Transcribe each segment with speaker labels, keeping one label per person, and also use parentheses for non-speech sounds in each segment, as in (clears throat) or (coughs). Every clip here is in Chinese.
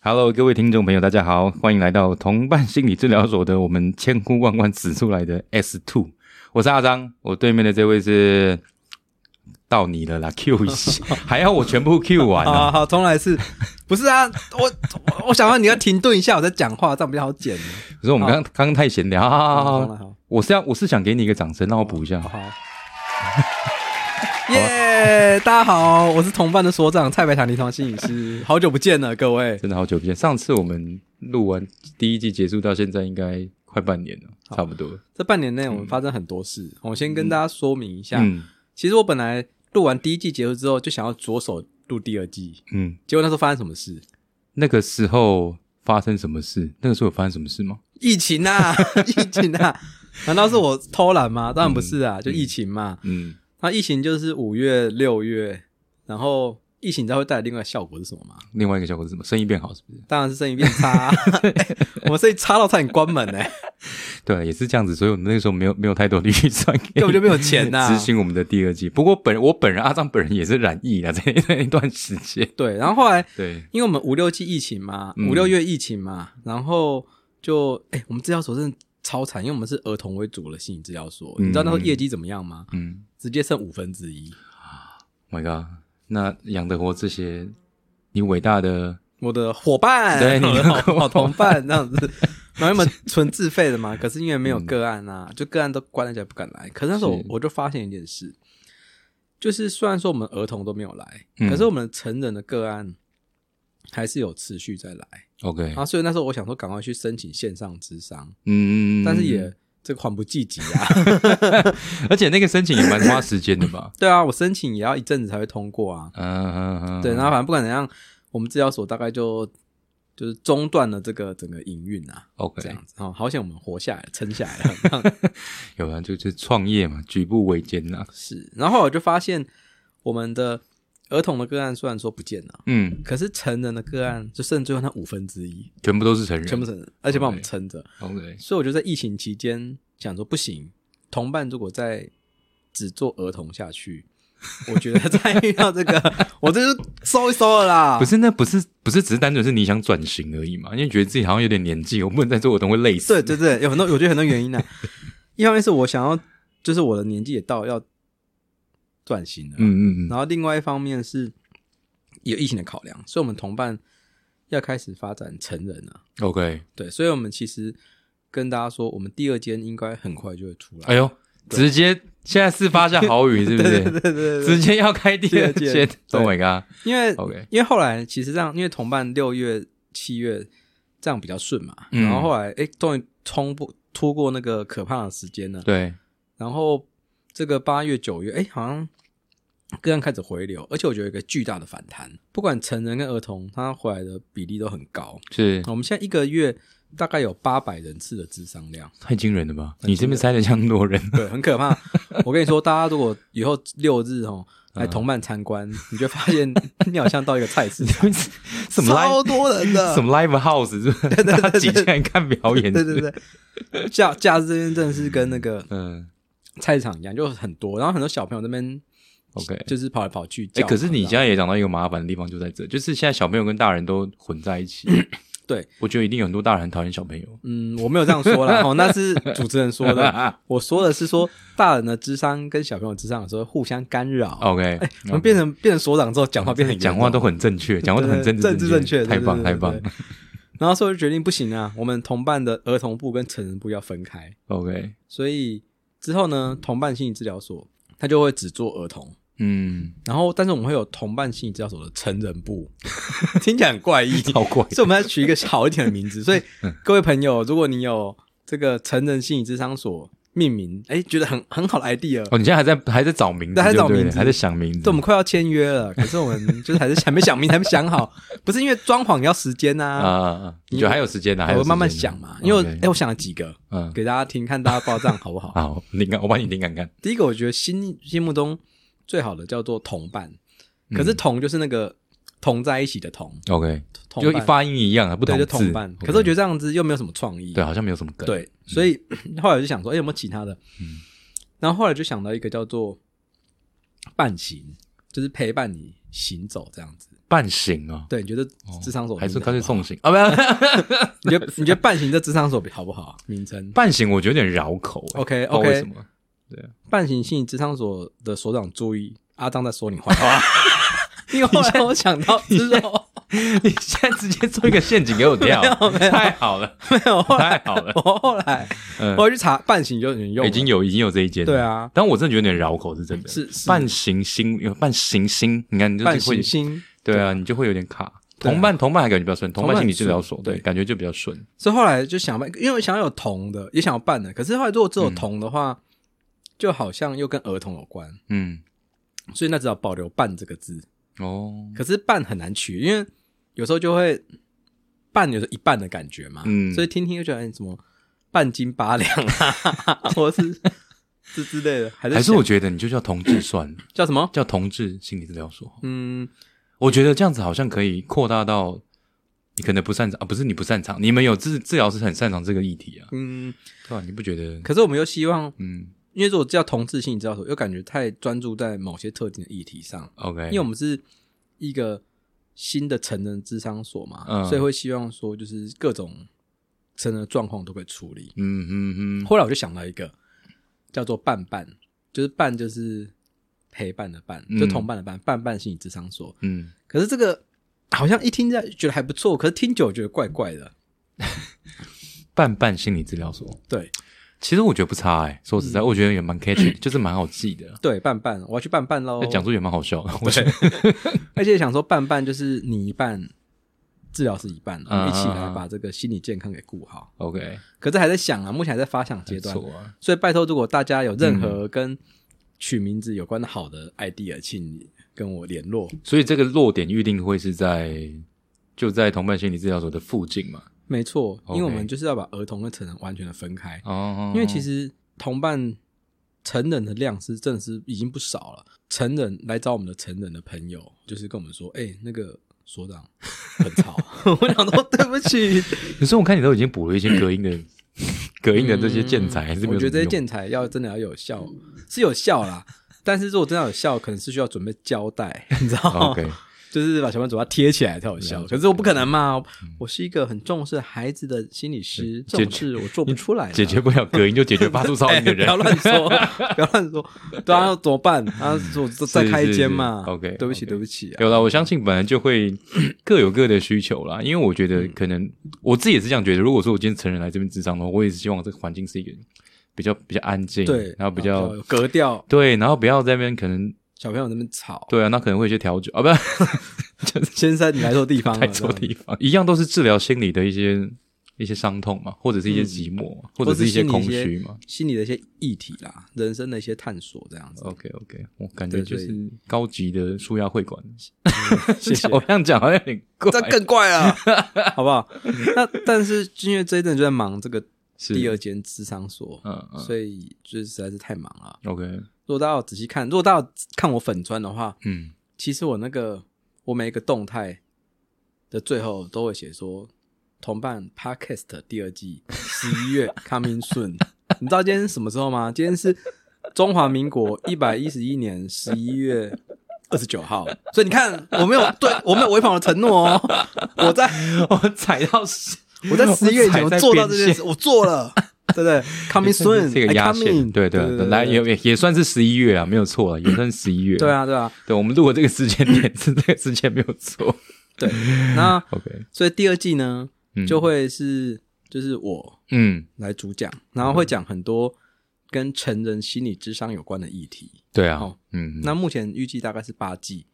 Speaker 1: Hello，各位听众朋友，大家好，欢迎来到同伴心理治疗所的我们千呼万唤指出来的 S Two，我是阿张，我对面的这位是到你了啦，Q (laughs) 一下，还要我全部 Q 完
Speaker 2: 啊，
Speaker 1: 啊？
Speaker 2: 好，重来一次。
Speaker 1: (laughs)
Speaker 2: 不是啊，我我我想要你要停顿一下，我在讲话，这样比较好剪。
Speaker 1: 可是我们刚刚刚太闲聊，好啊好好
Speaker 2: 重来
Speaker 1: 好，
Speaker 2: 好，
Speaker 1: 我是要我是想给你一个掌声，让我补一下。
Speaker 2: 好。 (laughs) 耶！大家好，我是同伴的所长蔡白塔临床心理
Speaker 1: (laughs)
Speaker 2: 师，好久不见了，各位。
Speaker 1: 真的好久不见，上次我们录完第一季结束到现在，应该快半年了，差不多。
Speaker 2: 这半年内我们发生很多事，我先跟大家说明一下。
Speaker 1: 嗯
Speaker 2: 其实我本来录完第一季结束之后，就想要着手录第二季，
Speaker 1: 嗯，
Speaker 2: 结果那时候发生什么事？
Speaker 1: 那个时候发生什么事？那个时候有发生什么事吗？
Speaker 2: 疫情
Speaker 1: (laughs)
Speaker 2: 啊，疫情啊！难道是我偷懒吗？当然不是啊，就疫情嘛。
Speaker 1: 嗯，
Speaker 2: 那疫情就是五月、六月，然后疫情你知道会带来另外效果是什么吗？
Speaker 1: 另外一个效果是什么？生意变好是不是？
Speaker 2: 当然是生意变差、啊， (laughs) 我们生意差到差点关门欸呢、
Speaker 1: (laughs) 对，啊也是这样子，所以我们那个时候没有没有太多的预算给
Speaker 2: 根本就没有啊钱呐、
Speaker 1: 执行我们的第二季。不过本我本人阿张本人也是染疫啊 (laughs) 了，在那一段时间。
Speaker 2: 对，然后后来
Speaker 1: 对，
Speaker 2: 因为我们五六季疫情嘛，
Speaker 1: 嗯
Speaker 2: 五六月疫情嘛，然后就哎、我们治疗所真的超惨，因为我们是儿童为主的心理治疗所，
Speaker 1: 嗯
Speaker 2: 你知道那时候业绩怎么样吗？
Speaker 1: 嗯 Oh
Speaker 2: 直接剩五分之一。
Speaker 1: ，My God，那养得活这些你伟大的，
Speaker 2: 我的伙伴，
Speaker 1: 对
Speaker 2: (laughs) 我
Speaker 1: 你
Speaker 2: 的
Speaker 1: 的
Speaker 2: 好
Speaker 1: 伙
Speaker 2: 好同伴这
Speaker 1: (laughs)
Speaker 2: 样子。然后因为纯自费的嘛，可是因为没有个案啊，就个案都关在家不敢来。可是那时候我
Speaker 1: 是
Speaker 2: 我就发现一件事，就是虽然说我们儿童都没有来，
Speaker 1: 嗯
Speaker 2: 可是我们成人的个案还是有持续在来
Speaker 1: OK，
Speaker 2: 啊。所以那时候我想说，赶快去申请线上咨商，
Speaker 1: 嗯，
Speaker 2: 但是也这个缓不济急啊。 (laughs)
Speaker 1: 而且那个申请也蛮花时间的吧？
Speaker 2: 对啊，我申请也要一阵子才会通过啊。
Speaker 1: 嗯嗯嗯，
Speaker 2: 对，然后反正不管怎样，我们治疗所大概就就是中断了这个整个营运啊。这
Speaker 1: OK，
Speaker 2: 样子哦，好险我们活下来，撑下来了。
Speaker 1: 有啊，就是创业嘛，举步维艰啊呐。 (laughs)
Speaker 2: 是，然后我就发现我们的儿童的个案虽然说不见了，
Speaker 1: 嗯，
Speaker 2: 可是成人的个案就剩最后那五分之一，
Speaker 1: 全部都是成人，
Speaker 2: 全部成人，而且帮我们
Speaker 1: OK
Speaker 2: 撑着。
Speaker 1: OK，
Speaker 2: 所以我就在疫情期间想说，不行，同伴如果再只做儿童下去，我觉得再遇到这
Speaker 1: (laughs)
Speaker 2: 个，我这就收一收了啦。
Speaker 1: 不是，那不是不是只是单纯是你想转型而已嘛？因为觉得自己好像有点年纪，我不能再做我都会累死。
Speaker 2: 对对对，有很多，我觉得很多
Speaker 1: (laughs)
Speaker 2: 原因呢、啊一方面是我想要，就是我的年纪也到要转型了，
Speaker 1: 嗯嗯嗯，
Speaker 2: 然后另外一方面是有疫情的考量，所以我们同伴要开始发展成人了。
Speaker 1: OK，
Speaker 2: 对，所以我们其实跟大家说，我们第二间应该很快就会出来。
Speaker 1: 哎呦，直接现在是发下好语，是不是？
Speaker 2: 对对对对，
Speaker 1: 直接要开第二
Speaker 2: 第
Speaker 1: 间
Speaker 2: 二间
Speaker 1: ，Oh my god！
Speaker 2: 因为
Speaker 1: OK
Speaker 2: 因为后来其实这样，因为同伴六月、七月这样比较顺嘛，
Speaker 1: 嗯
Speaker 2: 然后后来哎，终于冲不突过那个可怕的时间了，
Speaker 1: 对，
Speaker 2: 然后这个八月、九月，哎，好像个案开始回流，而且我觉得有一个巨大的反弹，不管成人跟儿童，他回来的比例都很高。
Speaker 1: 是
Speaker 2: 我们现在一个月大概有八百人次的智商量，
Speaker 1: 太惊人了吧？你这边塞了这样多人， (laughs)
Speaker 2: 对，很可怕。我跟你说，大家如果以后六日哦来
Speaker 1: 嗯
Speaker 2: 同伴参观，你就发现你好像到一个菜市场，
Speaker 1: 什
Speaker 2: (laughs)
Speaker 1: 么 live
Speaker 2: 超多人的，
Speaker 1: 什么 live house 是不是？
Speaker 2: 对对
Speaker 1: 大家挤进来看表演，
Speaker 2: 对
Speaker 1: 是不
Speaker 2: 对
Speaker 1: 是，
Speaker 2: 对，假假日这边真的是跟那个
Speaker 1: 嗯
Speaker 2: 菜市场一样，就很多，然后很多小朋友这边
Speaker 1: ，OK。
Speaker 2: 就是跑来跑去。
Speaker 1: 哎、
Speaker 2: 叫
Speaker 1: 可是你
Speaker 2: 嘛
Speaker 1: 现在也讲到一个麻烦的地方，就在这，就是现在小朋友跟大人都混在一起。
Speaker 2: 对，
Speaker 1: 我觉得一定有很多大人很讨厌小朋友。
Speaker 2: 嗯，我没有这样
Speaker 1: (laughs)
Speaker 2: 说啦，哦，那是主持人说的。我说的是说，大人的智商跟小朋友智商有时候互相干扰。
Speaker 1: OK，
Speaker 2: 我们变成变成所长之后，哎讲话变成
Speaker 1: 哦讲话都
Speaker 2: 很
Speaker 1: 很正确，讲话都很政
Speaker 2: 政
Speaker 1: 治
Speaker 2: 治正确，
Speaker 1: 太棒
Speaker 2: 对
Speaker 1: 太。
Speaker 2: 对 (laughs)
Speaker 1: 棒
Speaker 2: 对。对对然后所以就决定不行啊，我们同伴的儿童部跟成人部要分开，
Speaker 1: OK，
Speaker 2: 所以之后呢，同伴心理治疗所他就会只做儿童，
Speaker 1: 嗯，
Speaker 2: 然后但是我们会有同伴心理治疗所的成人
Speaker 1: (laughs)
Speaker 2: 部，听起来很怪异，
Speaker 1: 超怪。
Speaker 2: 所以我们要取一个好一点的名
Speaker 1: (laughs)
Speaker 2: 字。所以嗯各位朋友，如果你有这个成人心理智商所命名，哎，觉得很很好的 idea，
Speaker 1: 哦，你现在还在还在找名字，
Speaker 2: 对还在找
Speaker 1: 对不对
Speaker 2: 名字
Speaker 1: 还在想名
Speaker 2: 对，
Speaker 1: 字
Speaker 2: 我。们快要签约了，可是我们就是还是还没想明，还没想好，不是因为装潢要时间
Speaker 1: (laughs) 啊
Speaker 2: 呐、啊。
Speaker 1: 啊，啊你觉得还有时间呢？还
Speaker 2: 我
Speaker 1: 有
Speaker 2: 会哦慢慢
Speaker 1: 时间
Speaker 2: 想
Speaker 1: 呢哦
Speaker 2: 嘛，因为我哎
Speaker 1: OK，
Speaker 2: 我想了几个
Speaker 1: 嗯，
Speaker 2: 给大家听，看大家不知道这样好 (laughs) 不好？
Speaker 1: 好，你看，我帮你听看看。
Speaker 2: 第一个，我觉得心心目中最好的叫做同伴，可
Speaker 1: 嗯
Speaker 2: 是同就是那个同在一起的同，
Speaker 1: OK，
Speaker 2: 同
Speaker 1: 就
Speaker 2: 伴
Speaker 1: 发音一样，不
Speaker 2: 对，
Speaker 1: 同
Speaker 2: 就
Speaker 1: 字
Speaker 2: 同伴。。
Speaker 1: OK
Speaker 2: 可是我觉得这样子又没有什么创意，
Speaker 1: 对，嗯好像没有什么梗。，
Speaker 2: 对，所以 (clears throat) 后来我就想说，哎、有没有其他的？然后后来就想到一个叫做伴行，就是陪伴你行走这样子。
Speaker 1: 半醒哦，
Speaker 2: 对，你觉得智商所
Speaker 1: 还是
Speaker 2: 名称
Speaker 1: 干脆
Speaker 2: 好不好
Speaker 1: 送？醒啊？不，
Speaker 2: 你觉得你觉得半型的智商所比好不好？名称
Speaker 1: (laughs) 半醒我觉得有点绕口、欸。
Speaker 2: OK，OK
Speaker 1: 不知道为什么？
Speaker 2: 半型性智商所的所长注意，阿张在说你
Speaker 1: (laughs)
Speaker 2: 坏话。你后来我想到之后， (laughs)
Speaker 1: 你现在直接做一个陷阱给我跳，太好了，
Speaker 2: (laughs) 没有啊后来
Speaker 1: 太好了。
Speaker 2: 我后来
Speaker 1: 嗯
Speaker 2: 我去查半型 (laughs) 就有人用了，
Speaker 1: 已经有已经有这一间了，
Speaker 2: 对啊
Speaker 1: 但我真的觉得有点绕口，是真的。
Speaker 2: 是是
Speaker 1: 半行星，有半行星，你看你就是
Speaker 2: 半
Speaker 1: 会
Speaker 2: 型，性。
Speaker 1: 对啊，你就会有点卡。
Speaker 2: 对啊
Speaker 1: 同伴同伴还感觉比较顺，同
Speaker 2: 同
Speaker 1: 伴
Speaker 2: 伴
Speaker 1: 心理治疗所
Speaker 2: 很顺
Speaker 1: 对
Speaker 2: 对
Speaker 1: 感觉就比较顺。
Speaker 2: 所以后来就想办，因为想要有同的，也想要办的，可是后来如果
Speaker 1: 嗯
Speaker 2: 只有同的话，就好像又跟儿童有关，
Speaker 1: 嗯，
Speaker 2: 所以那只好保留“办”这个字。
Speaker 1: 哦，
Speaker 2: 可是办很难取，因为有时候就会办有时候一半的感觉嘛，
Speaker 1: 嗯
Speaker 2: 所以听听就觉得哎什么半斤八两啊， (laughs) 或是之之类的，还是
Speaker 1: 还
Speaker 2: 还
Speaker 1: 是我觉得你就叫同志 (coughs) 算了，
Speaker 2: 叫什么？
Speaker 1: 叫同志心理治疗所。
Speaker 2: 嗯，
Speaker 1: 我觉得这样子好像可以扩大到你可能不擅长啊，不是你不擅长，你们有治治疗师很擅长这个议题啊，
Speaker 2: 嗯，
Speaker 1: 对吧、你不觉得？
Speaker 2: 可是我们又希望，
Speaker 1: 嗯
Speaker 2: 因为如果叫同质性，你知道，又感觉太专注在某些特定的议题上，
Speaker 1: ，OK，
Speaker 2: 因为我们是一个新的成人智商所嘛，
Speaker 1: 嗯
Speaker 2: 所以会希望说，就是各种成人的状况都会处理。
Speaker 1: 嗯嗯嗯，
Speaker 2: 后来我就想到一个叫做“伴伴”，就是“伴”就是陪伴的“伴”，
Speaker 1: 嗯
Speaker 2: 就同伴的“伴”，伴伴心理智商所。
Speaker 1: 嗯，
Speaker 2: 可是这个好像一听着觉得还不错，可是听久了觉得怪怪的。
Speaker 1: 伴伴心理治疗所。
Speaker 2: 对
Speaker 1: 其实我觉得不差哎、说实在，我觉得也蛮 (coughs) catchy，就是蛮好记的，
Speaker 2: 对，伴伴，我要去伴伴喽
Speaker 1: 那。讲出也蛮好笑的。我觉得，
Speaker 2: 而且想说，伴伴就是你一半，治疗是一半，我们一起
Speaker 1: 嗯嗯
Speaker 2: 来
Speaker 1: 嗯
Speaker 2: 把这个心理健康给顾好。
Speaker 1: OK，
Speaker 2: 可是还在想啊，目前还在发想阶
Speaker 1: 没
Speaker 2: 段，
Speaker 1: 错嗯啊，
Speaker 2: 所以拜托，如果大家有任何跟取名字有关的好的 idea，请跟我联络。
Speaker 1: 所以这个落点预定会是在就在同伴心理治疗所的附近嘛？
Speaker 2: 没错，因
Speaker 1: OK
Speaker 2: 为我们就是要把儿童跟成人完全的分开，
Speaker 1: 哦，
Speaker 2: 因为其实同伴成人的量是真的是已经不少了。成人来找我们的成人的朋友，就是跟我们说，哎、那个所长很吵，啊 (laughs) 我想说对不
Speaker 1: (laughs)
Speaker 2: 起，
Speaker 1: 可是我看你都已经补了一些隔音
Speaker 2: (laughs)
Speaker 1: 的隔音的这些建材，还是没有
Speaker 2: 嗯我觉得这
Speaker 1: 什么
Speaker 2: 些
Speaker 1: 用
Speaker 2: 建材要真的要有效，是有效啦。但是如果真的有效，可能是需要准备胶带，你知道吗
Speaker 1: OK，
Speaker 2: (laughs) 就是把小朋友嘴巴贴起来才有效。可是我不可能嘛，
Speaker 1: 嗯
Speaker 2: 我是一个很重视孩子的心理师，这种事我做不出来
Speaker 1: (laughs)
Speaker 2: 的。
Speaker 1: 解决不了隔音就解决发出噪音 (laughs) 的人
Speaker 2: (laughs) 哎不要。乱说，不要乱说。对啊，怎么办？啊，我再开一间嘛。
Speaker 1: 是是 OK，
Speaker 2: 对不起，
Speaker 1: OK
Speaker 2: 对不起啊。
Speaker 1: 有了，我相信本来就会 (coughs) 各有各的需求啦。因为我觉得
Speaker 2: 嗯
Speaker 1: 可能我自己也是这样觉得。如果说我今天成人来这边智商的话，我也是希望这个环境是一个比较比较安静，
Speaker 2: 对，
Speaker 1: 然后比较
Speaker 2: 有格调，
Speaker 1: 对，然后不要在那边可能
Speaker 2: 小朋友那边吵，
Speaker 1: 对啊，那可能会有一些调整啊，不
Speaker 2: 先生你来错地方啊
Speaker 1: (laughs)
Speaker 2: 了，
Speaker 1: 太错地方，一样都是治疗心理的一些一些伤痛嘛，或者是一些寂寞嘛，或者是一些空虚嘛。
Speaker 2: 这样，嗯心里的一些议题啦，人生的一些探索这样子。 (laughs)
Speaker 1: OK OK，我感觉
Speaker 2: 对
Speaker 1: 就
Speaker 2: 对
Speaker 1: 是高级的舒压会馆，
Speaker 2: 谢谢
Speaker 1: 我这样讲好像有点怪，
Speaker 2: 这更怪了， (laughs) 好不好？那但是因为这一阵就在忙这个
Speaker 1: 是
Speaker 2: 第二间智商所，
Speaker 1: 嗯嗯
Speaker 2: 所以就是实在是太忙了。
Speaker 1: OK
Speaker 2: 如果大家有仔细看，如果大家有看我粉砖的话，
Speaker 1: 嗯
Speaker 2: 其实我那个我每一个动态的最后都会写说，同伴 Podcast 第二季十一月 coming soon。你 (laughs) 知道今天是什么时候吗？今天是中华民国一百一十一年十一月二十九号，所以你看我没有对我没有违反我的承诺哦， (laughs) 我在
Speaker 1: 我踩到屎，
Speaker 2: 我在十一月以前
Speaker 1: (laughs) 我踩在
Speaker 2: 我做到
Speaker 1: 边
Speaker 2: 这件事，我做了，对
Speaker 1: (laughs)
Speaker 2: 不对？coming
Speaker 1: 算
Speaker 2: soon，
Speaker 1: 是这个
Speaker 2: I
Speaker 1: 压
Speaker 2: coming
Speaker 1: 线，对对对，来也也也算是十一月啊，没有错啊，也算十一月。
Speaker 2: 对，啊对啊
Speaker 1: 对我们录的这个时间点是这个时间没有
Speaker 2: (laughs)
Speaker 1: 错。
Speaker 2: 对，那
Speaker 1: OK，
Speaker 2: 所以第二季呢
Speaker 1: 嗯
Speaker 2: 就会是就是我
Speaker 1: 嗯，
Speaker 2: 来主讲，然后会讲很多跟成人心理智商有关的议题。
Speaker 1: 对啊
Speaker 2: 好，
Speaker 1: 嗯，
Speaker 2: 那目前预计大概是八季，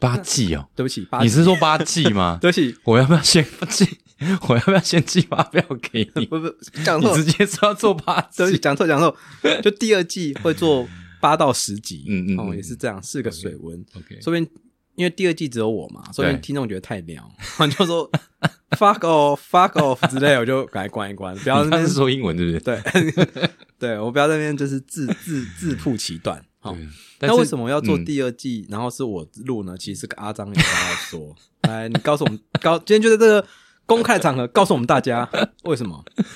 Speaker 1: 八季哦，
Speaker 2: 对不起，八季
Speaker 1: 你是说八季
Speaker 2: (laughs)
Speaker 1: 吗？
Speaker 2: 对不起，
Speaker 1: 我要不要先寄？ (laughs) 我要不要先寄发票给你？
Speaker 2: 不不讲
Speaker 1: 你
Speaker 2: 错，
Speaker 1: 直接说要做八
Speaker 2: 对不
Speaker 1: 季
Speaker 2: 起，，讲错讲错，就第二季会做八到十集，
Speaker 1: 嗯嗯
Speaker 2: 哦，
Speaker 1: 嗯
Speaker 2: 也是这样，是个水温，
Speaker 1: OK，
Speaker 2: 说不定。因为第二季只有我嘛，说不定
Speaker 1: 对
Speaker 2: 听众觉得太聊，你就说 (laughs) fuck off fuck off 之类，我就赶快关一关，不要
Speaker 1: 你刚
Speaker 2: 在那边
Speaker 1: 是说英文对不对？
Speaker 2: 对对， (laughs) 我不要在那边就是自自自曝其短。好，
Speaker 1: 对
Speaker 2: 那为什？么要做
Speaker 1: 嗯
Speaker 2: 第二季？然后是我录呢？其实是个阿张也要说，来，你告诉我们，告今天就在这个公开的场合告诉我们大家为什么？
Speaker 1: 但是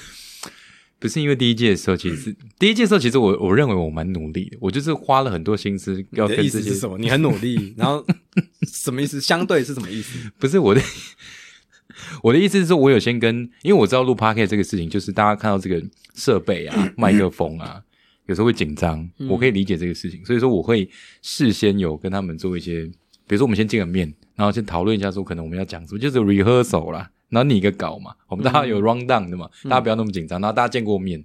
Speaker 1: 不是因为第一届的时候，其实是第一届的时候，其实我我认为我蛮努力的，我就是花了很多心思要
Speaker 2: 你的
Speaker 1: 跟
Speaker 2: 意
Speaker 1: 这
Speaker 2: 思
Speaker 1: 些
Speaker 2: 是什么？你很努力，然 (laughs) 后什么意思？相对是什么意思？
Speaker 1: (laughs) 不是我的，我的意思是说，我有先跟，因为我知道录 p o c a s t 这个事情，就是大家看到这个设备啊、麦克风啊，有时候会紧张，我可以理解这个事情，所以说我会事先有跟他们做一些，比如说我们先见个面，然后先讨论一下说可能我们要讲什么，就是 rehearsal 啦，然后你一个稿嘛，我们大家有 round down 的嘛，大家不要那么紧张，然后大家见过面。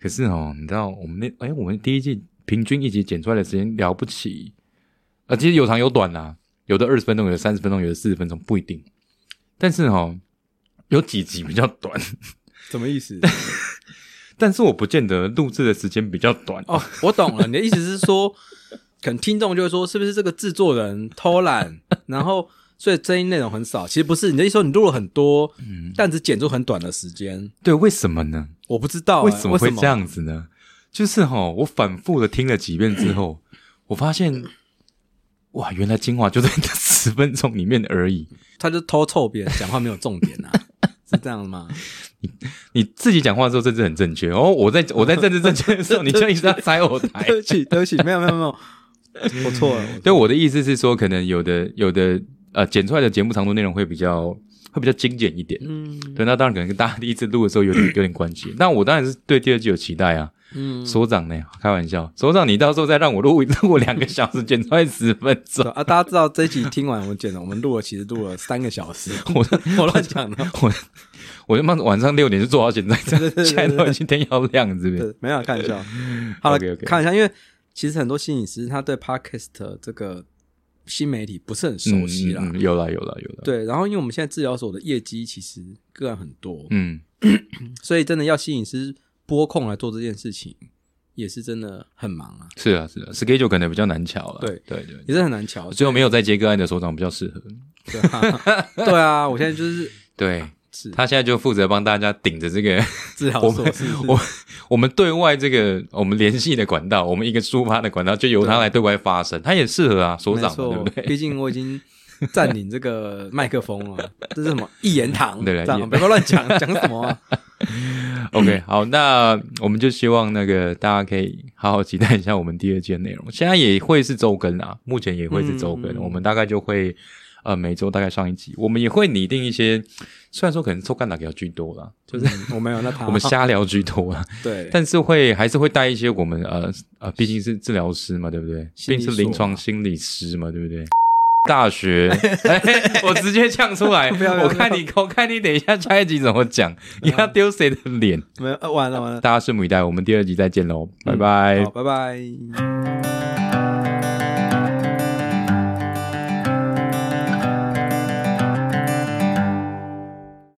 Speaker 1: 可是哦，你知道我们那哎，我们第一季平均一集剪出来的时间了不起，啊，其实有长有短啦、有的二十分钟，有的三十分钟，有的四十分钟，不一定。但是哦，有几集比较短， (laughs)
Speaker 2: 什么意思？
Speaker 1: 但是我不见得录制的时间比较短
Speaker 2: (laughs) 哦，我懂了，你的意思是说，可能听众就会说，是不是这个制作人偷懒，然后所以声音内容很少？其实不是，你的意思说你录了很多，
Speaker 1: 嗯
Speaker 2: 但只剪出很短的时间。
Speaker 1: 对，为什么呢？
Speaker 2: 我不知道、
Speaker 1: 哦为
Speaker 2: 哎
Speaker 1: 什么会这？样子呢？就是哈、我反复的听了几遍之后，我发现，哇，原来精华就在这十分钟里面而已。
Speaker 2: 他就偷凑别人讲话没有重点
Speaker 1: (laughs)
Speaker 2: 啊，是这样吗？
Speaker 1: 你自己讲话的时候政治很正确哦，我 (laughs) 在我在政治正确的时候，你就一直在拆我台。 (laughs)
Speaker 2: 对不起，对不起，没有没有没有，我错了。
Speaker 1: 对，我的意思是说，可能有的有的呃，剪出来的节目长度内容会比较会比较精简一点。
Speaker 2: 嗯
Speaker 1: 对，那当然可能跟大家第一次录的时候
Speaker 2: (clears throat)
Speaker 1: 有点有点关系。那我当然是对第二季有期待啊。
Speaker 2: 嗯，
Speaker 1: 所长呢？开玩笑，所长，你到时候再让我录 (laughs) 录两个小时，剪出来十分钟，
Speaker 2: 对啊，大家知道这一集听完我剪了，我们录了其实录了三个小时，
Speaker 1: 我
Speaker 2: 我乱讲的，
Speaker 1: 我我他妈晚上六点就做到现在，这
Speaker 2: 对
Speaker 1: 样
Speaker 2: 对对
Speaker 1: 现在都已经天要亮了这边。
Speaker 2: 对，没有开玩笑。好了
Speaker 1: OK，OK
Speaker 2: 开玩笑，因为其实很多心理师他对 podcast 这个新媒体不是很熟悉啦。
Speaker 1: 嗯嗯有啦有啦有啦。，
Speaker 2: 对，然后因为我们现在治疗所的业绩其实个案很多，
Speaker 1: 嗯，
Speaker 2: 所以真的要心理师拨空来做这件事情，也是真的很忙啊，
Speaker 1: 是啊是啊，schedule 可能比较难巧了。
Speaker 2: 对
Speaker 1: 对对，
Speaker 2: 也是很难瞧。
Speaker 1: 最后没有再接个案的所长比较适合。
Speaker 2: 对啊，对啊，我现在就是
Speaker 1: 对
Speaker 2: 是
Speaker 1: 他现在就负责帮大家顶着这个。
Speaker 2: 治疗
Speaker 1: 我
Speaker 2: 所
Speaker 1: 们
Speaker 2: 哦是不是
Speaker 1: 我我们对外这个我们联系的管道，我们一个抒发的管道，就由他来对外发声，他也适合啊， (laughs) 所长
Speaker 2: 没
Speaker 1: 嘛
Speaker 2: 错
Speaker 1: 对不对？
Speaker 2: (laughs) 毕竟我已经占领这个麦克风
Speaker 1: (laughs)
Speaker 2: 了，这是什么一言堂？
Speaker 1: 对啊
Speaker 2: 这
Speaker 1: 一
Speaker 2: 样
Speaker 1: 言
Speaker 2: 不要乱讲，讲什么啊？ (laughs)
Speaker 1: OK，好，那我们就希望那个大家可以好好期待一下我们第二季的内容。现在也会是周更啊，目前也会是周更，
Speaker 2: 嗯
Speaker 1: 我们大概就会呃每周大概上一集，我们也会拟定一些，虽然说可能抽干打给要居多啦，
Speaker 2: 就是
Speaker 1: (laughs)
Speaker 2: 我没有，那他
Speaker 1: 我们瞎聊居多啦，
Speaker 2: 对，
Speaker 1: 但是会还是会带一些我们呃呃，毕竟是治疗师嘛，对不对？
Speaker 2: 心
Speaker 1: 毕
Speaker 2: 理
Speaker 1: 竟
Speaker 2: 所
Speaker 1: 是临床心理师嘛，对不对？大
Speaker 2: (laughs)
Speaker 1: 学，哎我直接呛出来，
Speaker 2: 不要不要
Speaker 1: 我
Speaker 2: 嗯
Speaker 1: 看你，我看你等一下下一集怎么讲，你要丢谁的脸？
Speaker 2: 没有，呃完了完了，
Speaker 1: 大家拭目以待，我们第二集再见喽，拜拜。
Speaker 2: 好，拜拜。